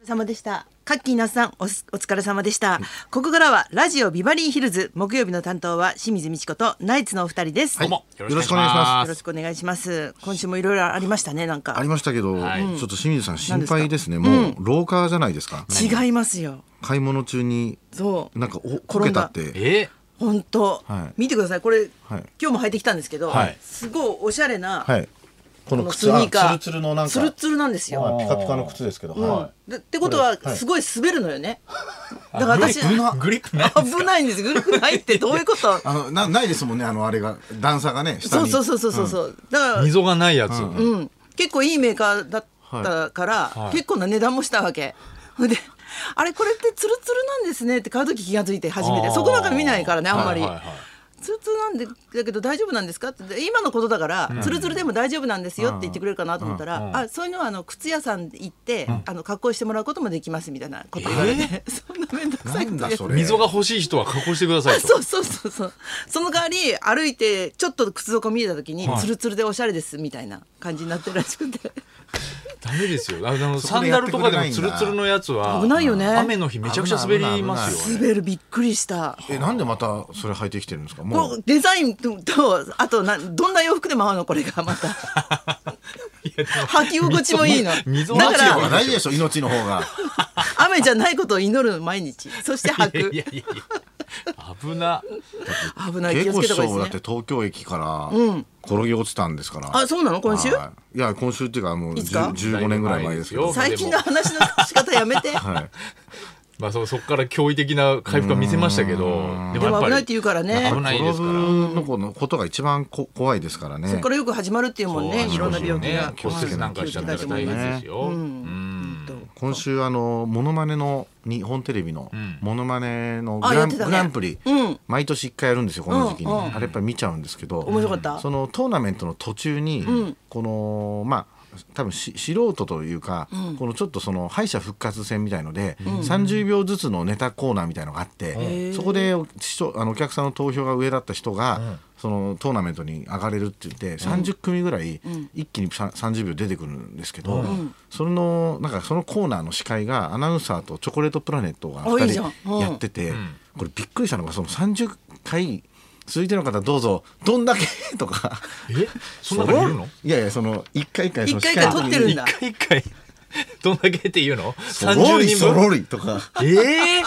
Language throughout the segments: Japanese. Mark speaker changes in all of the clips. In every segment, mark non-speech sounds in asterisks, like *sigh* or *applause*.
Speaker 1: れ様でした。カッキーなさんおすお疲れ様でした。ここからはラジオビバリーヒルズ木曜日の担当は清水美智子とナイツのお二人です。
Speaker 2: どう
Speaker 1: よ
Speaker 2: も
Speaker 3: よろしくお願いしま
Speaker 1: ろしくお願いします。今週もいろいろありましたねなんか。
Speaker 3: ありましたけど、
Speaker 2: はい
Speaker 3: ちょっと清水さん心配ですね。もう廊下じゃないですか。
Speaker 1: 違いますよ。
Speaker 3: 買い物中に
Speaker 1: そう。
Speaker 3: なんかおこけたって。
Speaker 2: え
Speaker 1: 本当、
Speaker 3: はい
Speaker 1: 見てくださいこれ、
Speaker 3: はい
Speaker 1: 今日も履いてきたんですけど、
Speaker 2: はい
Speaker 1: すごいおしゃれな、
Speaker 3: はい。
Speaker 1: こ
Speaker 3: こ
Speaker 1: のスニーカー
Speaker 3: あツルツルのなんか
Speaker 1: ツルツルなんですよ。
Speaker 3: はいピカピカの靴ですけど、は
Speaker 1: でってことは
Speaker 3: これはい
Speaker 1: すごい滑るのよね。だから私
Speaker 2: ーグリップない
Speaker 1: 危ないんですグループないってどういうこと
Speaker 3: い。あのなないですもんねあのあれが段差がね下
Speaker 1: そう
Speaker 3: に。
Speaker 1: そうそうそうそうそう、だから、
Speaker 2: 溝がないやつ、
Speaker 1: うん、結構いいメーカーだったから、
Speaker 2: い
Speaker 1: 結構な値段もしたわけ。ほんであれこれってツルツルなんですねって買う時気が付いて初めて
Speaker 2: あー
Speaker 1: そこなんか見ないからねあんまり。
Speaker 2: はいはいはい
Speaker 1: ツルツルなんでだけど大丈夫なんですかってで今のことだから、ツルツルでも大丈夫なんですよって言ってくれるかなと思ったら、あそういうのはあの靴屋さん行って、あの加工してもらうこともできますみたいなこと言われて、そんな面倒くさいこと
Speaker 3: なん
Speaker 1: や
Speaker 3: だ
Speaker 1: っ
Speaker 3: それ。
Speaker 2: 溝が欲しい人は加工してくださいと
Speaker 1: そうそうそうそうその代わり歩いてちょっと靴底見えた時に、
Speaker 2: はい
Speaker 1: ツルツルでおしゃれですみたいな感じになってるらしくて
Speaker 2: ダメですよあの
Speaker 3: そ
Speaker 2: サ
Speaker 3: こで
Speaker 2: ン
Speaker 3: や
Speaker 2: ダ
Speaker 3: っ
Speaker 2: ル
Speaker 3: て
Speaker 2: と
Speaker 3: く
Speaker 2: か
Speaker 3: れ
Speaker 2: で
Speaker 3: ない
Speaker 2: も
Speaker 3: んだ
Speaker 2: ツルツルのやつは
Speaker 1: 危ないよね
Speaker 2: 雨の日めちゃくちゃ滑りますよ
Speaker 1: 滑るびっくりした。
Speaker 3: えなんでまたそれ履いてきてるんですか。も
Speaker 1: こ
Speaker 3: う
Speaker 1: うデザインととあとなどんな洋服でも合うのこれがまた履き心地もいいの
Speaker 2: 溝
Speaker 1: だ
Speaker 2: は
Speaker 1: か
Speaker 3: 命は
Speaker 1: ら
Speaker 3: ないでしょ命の方
Speaker 1: *laughs*
Speaker 3: が。
Speaker 1: 雨じゃないことを祈る毎日そして履
Speaker 2: いや
Speaker 1: く
Speaker 2: いやいや危な
Speaker 1: 危ない気
Speaker 3: 稽
Speaker 1: をつけ
Speaker 3: 古師
Speaker 1: た方がいい
Speaker 3: 匠だ
Speaker 1: で
Speaker 3: っ
Speaker 1: す
Speaker 3: て
Speaker 1: ね
Speaker 3: 東京駅から転げ落ちたんですから。
Speaker 1: あそうなの今週
Speaker 3: はいいや今週っていうかもう
Speaker 1: いつか
Speaker 3: 十15年ぐらい前ですけど。
Speaker 1: 最近の話の仕方やめて
Speaker 3: はい。
Speaker 2: まあそうそこから驚異的な回復は見せましたけどで
Speaker 1: で
Speaker 2: や
Speaker 1: も
Speaker 2: っぱ
Speaker 1: 危
Speaker 2: り
Speaker 1: ないって言うからね
Speaker 2: 危ないですから
Speaker 3: 転ぶのこのことが一番こ怖いですからね。
Speaker 1: そこからよく始まるっていうもんね
Speaker 2: そう
Speaker 1: いろんな病気が
Speaker 2: ね骨折なんかしちゃったら大変ですよ、うん
Speaker 3: 今週あのモノマネの日本テレビのモノマネの
Speaker 1: あ
Speaker 3: グラ
Speaker 1: や
Speaker 3: ン,、
Speaker 1: ってたね
Speaker 3: グランプリ、
Speaker 1: うん
Speaker 3: 毎年1回やるんですよこの時期に、
Speaker 1: うんうん
Speaker 3: あれやっぱり見ちゃうんですけど
Speaker 1: 面白かった
Speaker 3: そのトーナメントの途中に、このまあ多分し素人というか、このちょっとその敗者復活戦みたいので、30秒ずつのネタコーナーみたいのがあって、そこでお視聴あのお客さんの投票が上だった人が、そのトーナメントに上がれるって言って30組ぐらい一気にさ30秒出てくるんですけど、そのなんかそのコーナーの司会がアナウンサーとチョコレートプラネットが
Speaker 1: あい
Speaker 3: 2
Speaker 1: いじゃんうん
Speaker 3: 人やってて、これびっくりしたのがその30回続いての方どうぞどんだけ *laughs* とか
Speaker 2: えそんなのいるの
Speaker 3: いやいやその一回一回その
Speaker 1: 一回一回撮ってるんだ
Speaker 3: だ
Speaker 2: 一回一回 *laughs* どんだけって言うの
Speaker 3: そろ
Speaker 2: 30
Speaker 3: り
Speaker 2: 人
Speaker 3: そ
Speaker 2: *laughs* 分
Speaker 3: ろりとか
Speaker 2: え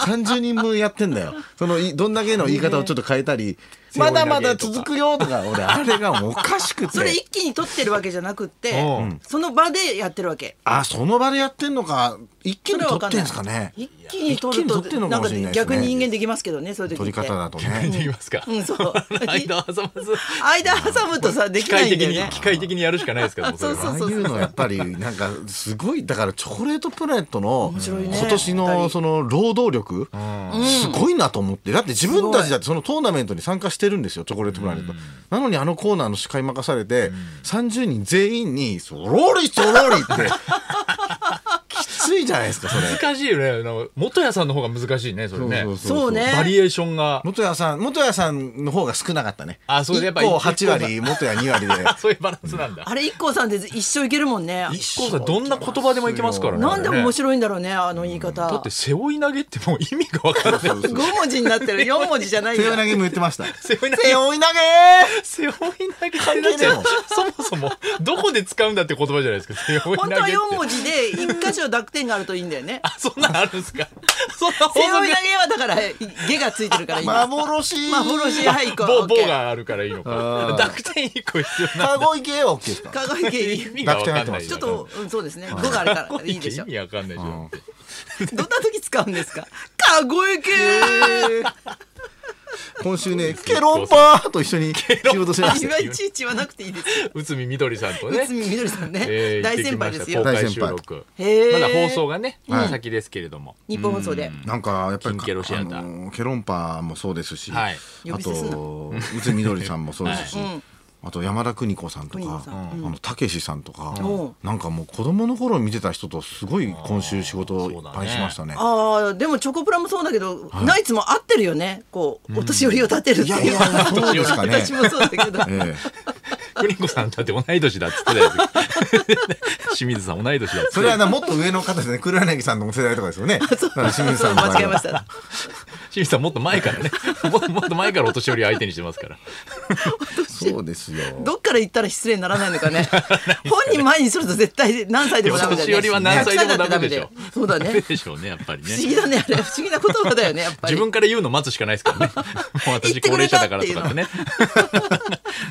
Speaker 3: *laughs*
Speaker 2: え
Speaker 3: 30人分やってんだよそのいどんだけの言い方をちょっと変えたり、まだまだ続くよとか俺あれがもうおかしくて
Speaker 1: それ一気に取ってるわけじゃなくって
Speaker 2: うん
Speaker 1: その場でやってるわけ
Speaker 3: あその場でやってんのか一気に撮ってんすかね
Speaker 1: 一気に取る
Speaker 3: 一気に撮って
Speaker 1: と
Speaker 3: んの
Speaker 1: な
Speaker 3: か
Speaker 1: ん
Speaker 3: も
Speaker 1: か
Speaker 3: しれないですね
Speaker 1: 逆に人間できますけどねそういう時
Speaker 3: 撮
Speaker 1: って
Speaker 3: り方だと
Speaker 2: で
Speaker 3: ね
Speaker 2: きますか、
Speaker 1: うんそう
Speaker 2: 間挟まず
Speaker 1: 間挟むとさで
Speaker 2: 機
Speaker 1: きな
Speaker 2: 械
Speaker 1: いん
Speaker 2: 的
Speaker 1: だよ
Speaker 2: に、
Speaker 1: ね
Speaker 2: 機械的にやるしかないですからもれは
Speaker 1: そう
Speaker 3: ああいうのやっぱりなんかすごいだからチョコレートプラネットの
Speaker 1: 白いね
Speaker 3: 今年のその労働力すごいなと思ってだって自分たちだってそのトーナメントに参加してるんですよチョコレートプラネットなのにあのコーナーの司会任されて30人全員に「そろりそろり」って *laughs* きついじゃないですかそれ。
Speaker 2: 難しいよねあの元屋さんの方が難しいねそれね
Speaker 1: そうね
Speaker 2: バリエーションが
Speaker 3: 元谷さん元谷さんの方が少なかったね。
Speaker 2: あそうやっぱ
Speaker 3: 1個8割元谷2割で。
Speaker 2: そう *laughs* いうバランスなんだ
Speaker 1: あれ一 k さんで一生いけるもんね
Speaker 2: 一個さどんな言葉でもいけますからね
Speaker 1: なんでも面
Speaker 2: い
Speaker 1: 白いんだろうねあの言い方
Speaker 2: だって背負い投げってもう意味が分かんない
Speaker 3: そうそう
Speaker 1: 5文字になってる4文字じゃない
Speaker 3: 背負い
Speaker 1: よ
Speaker 3: 投げも言ってました。
Speaker 2: *laughs* 背負い投げ
Speaker 3: 背負い投げ
Speaker 2: 背負い投げってなっちゃう
Speaker 3: 関
Speaker 2: そもそもどこで使うんだって言葉じゃないですか背負い投
Speaker 1: 本
Speaker 2: げ
Speaker 1: 当
Speaker 2: っ
Speaker 1: は
Speaker 2: て
Speaker 1: 4文字で1箇所濁点があるといいんだよね
Speaker 2: あそんなんあるんですかそんな
Speaker 1: 背
Speaker 2: 法
Speaker 1: 負い投
Speaker 2: 則
Speaker 1: げはだから下がついて
Speaker 3: *laughs*
Speaker 1: るから今
Speaker 3: 幻
Speaker 1: 幻はい行こ
Speaker 2: 棒
Speaker 1: う
Speaker 2: 棒があるからいいのか
Speaker 3: あー
Speaker 2: 濁点一個必要な
Speaker 3: カゴ池は OK ですか
Speaker 1: 輝けい
Speaker 2: 意
Speaker 1: い
Speaker 2: 味が分かんない
Speaker 1: ちょっ
Speaker 2: だから
Speaker 1: と、うん、そうですね。語があるからいいでしょ
Speaker 2: 意。味わかんないでしょ。
Speaker 1: どんな時使うんですか。かごゆけ。
Speaker 3: 今週ねケロンパーと一緒に仕事しまし
Speaker 1: 今
Speaker 3: た
Speaker 1: *laughs* いちいち言わなくていいですよ。
Speaker 2: 内海みどりさんと
Speaker 1: 内
Speaker 2: ね。
Speaker 1: 海みどりさん
Speaker 2: え
Speaker 1: ね、
Speaker 2: ー
Speaker 1: 大先輩ですよ
Speaker 2: 行っ。
Speaker 3: 大
Speaker 2: てきまし
Speaker 3: 先
Speaker 2: た
Speaker 3: 輩
Speaker 2: 公開収録。
Speaker 1: へー
Speaker 2: まだ放送がね、
Speaker 3: はい
Speaker 2: 先ですけれども。
Speaker 1: 日本放送で。
Speaker 3: なんかやっぱり
Speaker 2: 金ケロシアター
Speaker 3: あのケロンパーもそうですし、
Speaker 2: はい
Speaker 1: 呼
Speaker 3: あ
Speaker 1: び捨てすんな
Speaker 3: と宇津みどりさんもそうですし、
Speaker 1: はいうん
Speaker 3: あと山田邦子さんと
Speaker 1: 邦
Speaker 3: か
Speaker 1: 子さん
Speaker 3: あのたけしさんとか、
Speaker 1: うん
Speaker 3: なんかもう子供の頃見てた人とすごい今週仕事をいっぱいしましたね。
Speaker 1: ああ、でもチョコプラもそうだけど、ナイツも合ってるよね。こう、お年寄りを立てるって
Speaker 3: いやい
Speaker 1: いう *laughs*
Speaker 3: や。そうですかね。
Speaker 1: 私もそうだけど。
Speaker 3: ええ
Speaker 2: 邦子さんだって同い年だっつってたやつ *laughs* 清水さん同い年だっつって
Speaker 3: それはなもっと上の方ですね黒柳さんの世代とかで
Speaker 1: *laughs*
Speaker 3: すよねなんで清水さんの場合は
Speaker 1: 間違えました
Speaker 2: 清水さんもっと前からね *laughs* ももっと前からお年寄り相手にしてますから
Speaker 3: そうですよ
Speaker 1: どっから言ったら失礼にならないのか
Speaker 2: *laughs*
Speaker 1: ね本人前にすると絶対何歳でもダメだよね
Speaker 2: 年寄りは何歳でもダメでしょ
Speaker 1: 100歳だってダメだよそうだ
Speaker 2: ダ
Speaker 1: ね
Speaker 2: メでしょ *laughs* うねやっぱりね
Speaker 1: 不思議だねあれ不思議な言葉だよねやっぱり
Speaker 2: 自分から言うの待つしかないですからねもう私高齢者だからとかってね *laughs*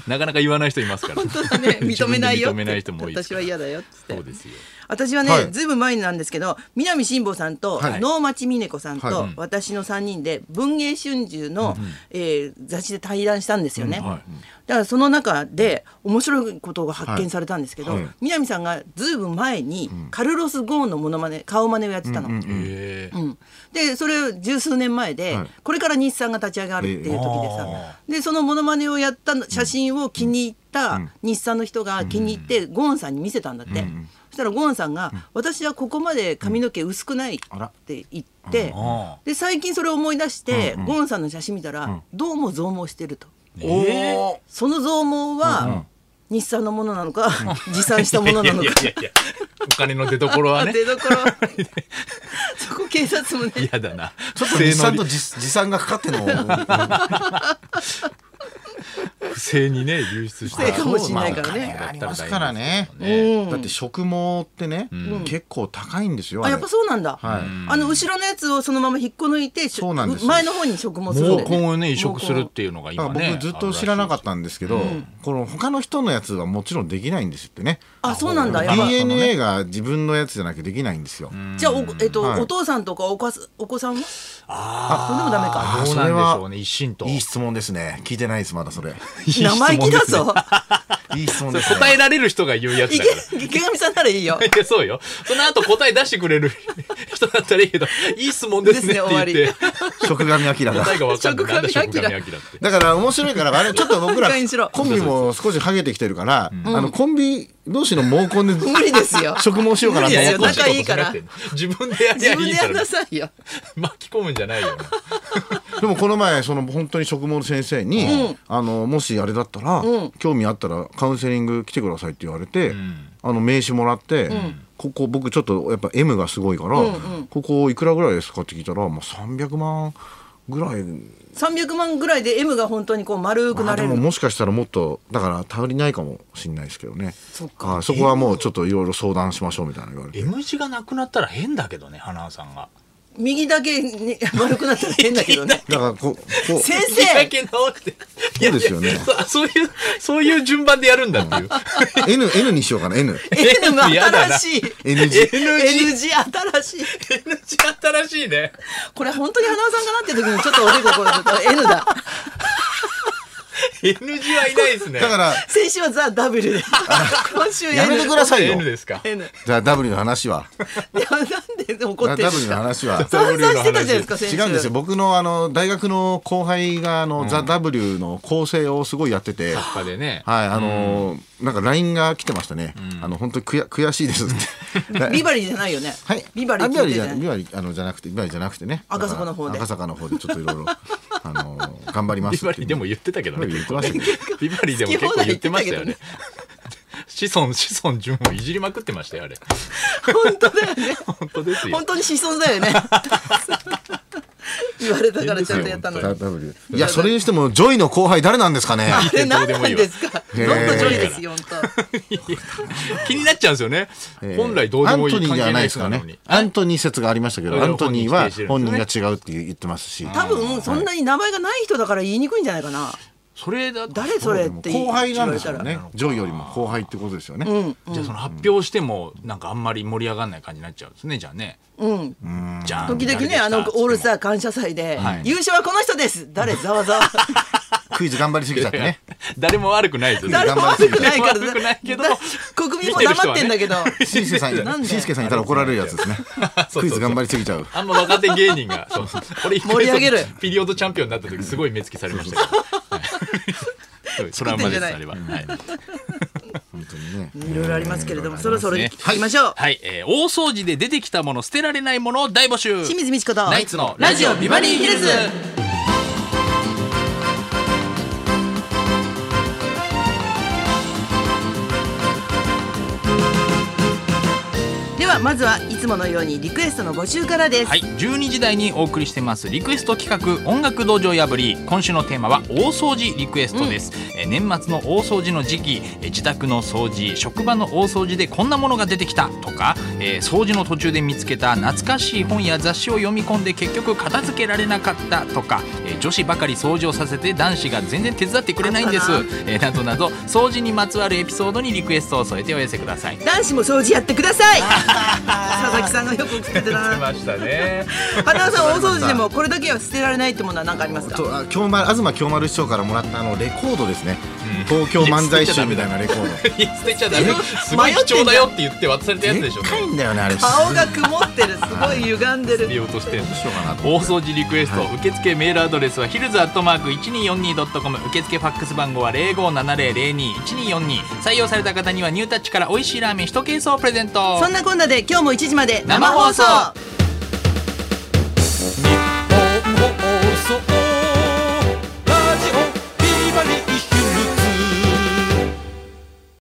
Speaker 2: なかなか言わない人いますから
Speaker 1: 本当だね認めないよって
Speaker 2: 自分で認めない人も多いです
Speaker 1: 私は嫌だよっつって
Speaker 2: そうですよ
Speaker 1: 私はね、
Speaker 3: はい
Speaker 1: ずいぶん前になんですけど南辛坊さんと
Speaker 3: はい
Speaker 1: 能町みね子さん
Speaker 3: はい
Speaker 1: と
Speaker 3: うん
Speaker 1: 私の3人で文藝春秋の、えー雑誌で対談したんですよね、
Speaker 2: うんはい
Speaker 1: だからその中で面白いことが発見されたんですけど、
Speaker 3: はいはい
Speaker 1: 南さんがずいぶん前にカルロス・ゴーンのモノマネ顔マネをやってたの。うん
Speaker 2: へえ
Speaker 1: でそれを十数年前で、
Speaker 3: はい
Speaker 1: これから日産が立ち上がるっていう時でさ、でそのモノマネをやったの写真を気に入った日産の人が気に入って、ゴーンさんに見せたんだって、そしたらゴーンさんが、私はここまで髪の毛薄くない」
Speaker 3: あら
Speaker 1: って言って、
Speaker 2: あ
Speaker 1: で最近それを思い出して、ゴーンさんの写真見たら、どうも増毛してると。
Speaker 2: ーえー
Speaker 3: おー
Speaker 1: その増毛は日産のものなのか、持参したもの
Speaker 2: いや
Speaker 1: ないの
Speaker 2: や
Speaker 1: か
Speaker 2: い。やいやお金の出
Speaker 1: *laughs*
Speaker 2: 所はね
Speaker 1: 出どころ。そこ警察もね。
Speaker 2: 嫌だな
Speaker 3: ちょっと日産と持持参がかかってん
Speaker 1: *laughs*
Speaker 3: の
Speaker 2: 不正にね流出した
Speaker 1: 不正かもしれないからね
Speaker 2: まあ
Speaker 3: ありますからね
Speaker 2: お金があったら大変ですけどね
Speaker 3: だって植毛ってね、結構高いんですよ
Speaker 1: あ、
Speaker 3: れ
Speaker 1: やっぱそうなんだ。
Speaker 3: はい
Speaker 1: あの後ろのやつをそのまま引っこ抜いて、し
Speaker 3: そうなんですよ
Speaker 1: 前の方に植毛するんだ
Speaker 2: 毛
Speaker 1: よね。
Speaker 2: 根をね移植するっていうのが
Speaker 3: だか
Speaker 2: 今
Speaker 3: ら
Speaker 2: ね
Speaker 3: 僕ずっと知らなかったんですけど、この他の人のやつはもちろんできないんですってね
Speaker 1: あ、そうなんだ。やっぱ
Speaker 3: DNA が自分のやつじゃなきゃできないんですよ、
Speaker 1: じゃあおえっと、
Speaker 3: はい
Speaker 1: お父さんとかおかすお子さんは
Speaker 2: あ
Speaker 1: それでもダメ
Speaker 2: あ
Speaker 1: か。
Speaker 2: どう
Speaker 3: そ
Speaker 2: なん
Speaker 3: れ
Speaker 2: でし
Speaker 3: は
Speaker 2: ょうね一心と
Speaker 3: いい質問ですね聞いてないですまだそ *laughs* れ
Speaker 1: 生意気だぞ。
Speaker 3: いい質問で
Speaker 2: それ
Speaker 3: すね
Speaker 2: 答えられる人が言うやつ
Speaker 1: 池
Speaker 2: だから
Speaker 1: 池上さんならいいよ。
Speaker 2: いやそうよその後答え出してくれる *laughs* 人だったらいいけどいい質問ですねって言っ
Speaker 1: です
Speaker 2: て
Speaker 3: 食神明だ
Speaker 2: 答えが分かんないなんだ
Speaker 1: 食
Speaker 2: 食
Speaker 1: 神
Speaker 2: 神
Speaker 1: 明
Speaker 2: 明だって
Speaker 3: だから面白いからあれちょっと
Speaker 1: い
Speaker 3: 僕ら
Speaker 1: い加減にしろ
Speaker 3: コンビも少しハゲてきてるから、あのコンビ同士の毛根で
Speaker 1: 無理です
Speaker 3: *laughs*
Speaker 1: よ。
Speaker 3: 植毛しようかな
Speaker 1: 無
Speaker 3: と
Speaker 1: 理です
Speaker 3: 思
Speaker 1: よ
Speaker 3: ってま
Speaker 1: 仲
Speaker 3: す
Speaker 1: いいから
Speaker 2: 自分でやり
Speaker 1: 自
Speaker 2: ゃ
Speaker 1: 分
Speaker 2: い
Speaker 1: で
Speaker 2: い
Speaker 1: や
Speaker 2: か
Speaker 1: ん
Speaker 2: ら
Speaker 1: なさいよ。
Speaker 2: 巻き込むんじゃないよね
Speaker 3: でもこの前その本当に植毛の先生に、あのもしあれだったら、興味あったらカウンセリング来てくださいって言われて、あの名刺もらって、ここ僕ちょっとやっぱ M がすごいから、ここいくらぐらいですかって聞いたら、まあ、300万ぐらい
Speaker 1: 三百万ぐらいで M が本当にこう丸く
Speaker 3: ま
Speaker 1: な
Speaker 3: あで
Speaker 1: れる
Speaker 3: も。もしかしたらもっとだから足りないかもしれないですけどね
Speaker 1: そっか
Speaker 3: あそこはもうちょっといろいろ相談しましょうみたいなの言われて
Speaker 2: M 字がなくなったら変だけどね花さんが
Speaker 1: 右だけに *laughs* 丸くなったら変だけ
Speaker 3: *laughs*
Speaker 1: どね。
Speaker 3: だから
Speaker 1: *laughs*
Speaker 3: ここ
Speaker 1: 先
Speaker 2: *laughs* 右だ
Speaker 1: 生、
Speaker 2: け直ってい
Speaker 3: そうですよね
Speaker 2: やいやそそういうそういう順番でやるんだっていう
Speaker 1: *laughs*
Speaker 3: N, N にしようかな NNG
Speaker 1: N が
Speaker 2: やだな
Speaker 1: 新しい。 *laughs*
Speaker 2: NG
Speaker 1: N 字新しい。
Speaker 2: N 字新しいね
Speaker 1: これ本当に花輪さんかなって時にちょっとおでここうやって N だ。
Speaker 2: N 字はいないですね
Speaker 3: だから
Speaker 1: 先週はザ・ W で。今週
Speaker 3: やめて
Speaker 1: N
Speaker 3: く。ださいよ
Speaker 2: N ですか
Speaker 1: N。い
Speaker 3: じゃあ W の話は
Speaker 1: や、なんで怒ってるんで
Speaker 3: W
Speaker 1: す
Speaker 3: の
Speaker 1: か。
Speaker 3: 話は
Speaker 1: 散々してたじゃないですか、先週。
Speaker 3: 違うんですよ僕のあの大学の後輩があの、ザ・ W の構成をすごいやってて。
Speaker 2: 他でね
Speaker 3: はい、あのーなんか LINE が来てましたね。あの、本当に悔や悔しいですって。
Speaker 1: *laughs* ビバリーじゃないよね。
Speaker 3: はい。
Speaker 1: ビバリー
Speaker 3: あ
Speaker 1: 聞
Speaker 3: ビバリ
Speaker 1: いて
Speaker 3: じ
Speaker 1: じ
Speaker 3: ゃ
Speaker 1: ゃ
Speaker 3: な
Speaker 1: ない
Speaker 3: ビバリあの、じゃなくて、ビバリじゃなくてね。
Speaker 1: 赤坂の方で
Speaker 3: 赤坂の方でちょっといろいろ、あ
Speaker 1: *laughs*
Speaker 3: のー頑張ります
Speaker 2: ビ
Speaker 3: っていう。
Speaker 2: バリーでも言ってたけどね
Speaker 3: ビバリー言ってましたね
Speaker 2: ビバリーでも結構言ってましたよね
Speaker 1: 好。
Speaker 2: 子孫子孫順をいじりまくってましたよあれ。
Speaker 1: 本当だよね。
Speaker 2: 本当ですよ
Speaker 1: 本。当に思想だよね。言われたからちゃんとやったのに。
Speaker 3: ザ W。いや、それにしても、ジョイの後輩誰なんですかね。
Speaker 1: あれ何なんですか。
Speaker 3: い
Speaker 1: ロ
Speaker 3: わ
Speaker 1: ッドジョイですよ、本
Speaker 2: 気になっちゃうんですよね
Speaker 3: えー。
Speaker 2: 本来どうでもいい
Speaker 3: アントニー
Speaker 2: 関
Speaker 3: じ
Speaker 2: 係
Speaker 3: ゃ
Speaker 2: な
Speaker 3: ない
Speaker 2: い
Speaker 3: です
Speaker 2: 人
Speaker 3: か
Speaker 2: なの
Speaker 3: ね
Speaker 2: に。。
Speaker 3: アントニー説がありましたけ
Speaker 2: そ
Speaker 3: ど、
Speaker 2: れを
Speaker 3: アントニーは
Speaker 2: 本
Speaker 3: 本
Speaker 2: 人
Speaker 3: 人が違うって言ってますし。
Speaker 1: 当。多分、そんなに名前がない人だから言いにくいんじゃないかな。
Speaker 2: それだと
Speaker 1: 誰それって言
Speaker 3: 後輩なんですよ
Speaker 1: 言われ
Speaker 3: ね。ジョイよりも後輩ってことですよね。
Speaker 2: じゃあその発表してもなんかあんまり盛り上がらない感じになっちゃうんですねじゃあね。
Speaker 1: うん。
Speaker 2: じゃあ
Speaker 1: 時々ね、あの、オールスター感謝祭で
Speaker 2: はい、
Speaker 1: 優勝はこの人です誰ざわざわ。
Speaker 3: クイズ頑張りすぎちゃってね。
Speaker 2: 誰も悪くないですよね。
Speaker 1: 誰も悪くないから
Speaker 2: 悪くないけど
Speaker 1: だ国民も黙ってんだけど。
Speaker 3: しんすけさん、
Speaker 1: なんで
Speaker 3: しんすけさんいたら怒られるやつですね。
Speaker 2: *laughs* そうそうそう
Speaker 3: クイズ頑張りすぎちゃう。
Speaker 2: あんま若手芸人が、そうそう俺一回
Speaker 1: 盛り上げる
Speaker 2: そのピリオドチャンピオンになった時すごい目つきされましたけどはい。トラウマですあれは。はい
Speaker 3: 本当にね。
Speaker 1: いろいろありますけれども、そろそろ行きましょう。
Speaker 2: はい、えー大掃除で出てきたもの、捨てられないものを大募集。
Speaker 1: 清水美智子と。
Speaker 2: ナイツのラジオビバリーヒルズ。
Speaker 1: まずはいつものようにリクエストの募集からです、
Speaker 2: はい、12時台にお送りしてますリクエスト企画音楽道場破り今週のテーマは大掃除リクエストです、えー年末の大掃除の時期えー自宅の掃除職場の大掃除でこんなものが出てきたとか、えー掃除の途中で見つけた懐かしい本や雑誌を読み込んで結局片付けられなかったとか、えー女子ばかり掃除をさせて男子が全然手伝ってくれないんです
Speaker 1: あっ
Speaker 2: えーなどなど掃除にまつわるエピソードにリクエストを添えてお寄せください
Speaker 1: 男子も掃除やってください佐々木さんがよく送ってた
Speaker 2: *laughs*
Speaker 1: な
Speaker 2: したね
Speaker 1: 花輪さん大掃除でもこれだけは捨てられないってものは何かありますか
Speaker 3: とあ京丸東京丸市長からもらったあのレコードですね、東京漫才集みたいなレコード
Speaker 2: 捨てちゃダメすごい貴重だよって言って渡され *laughs* たやつでしょ
Speaker 3: でっかいんだよねあれ
Speaker 1: 顔が曇ってるすごい歪んで
Speaker 2: 見
Speaker 1: る
Speaker 2: 落としてんの
Speaker 3: どうしようかなと
Speaker 2: 大掃除リクエスト、受付メールアドレスはヒルズアットマーク 1242.com 受付ファックス番号は0570021242採用された方にはニュータッチから美味しいラーメン1ケースをプレゼント
Speaker 1: そんなこんなで今日も1時まで
Speaker 2: 生放送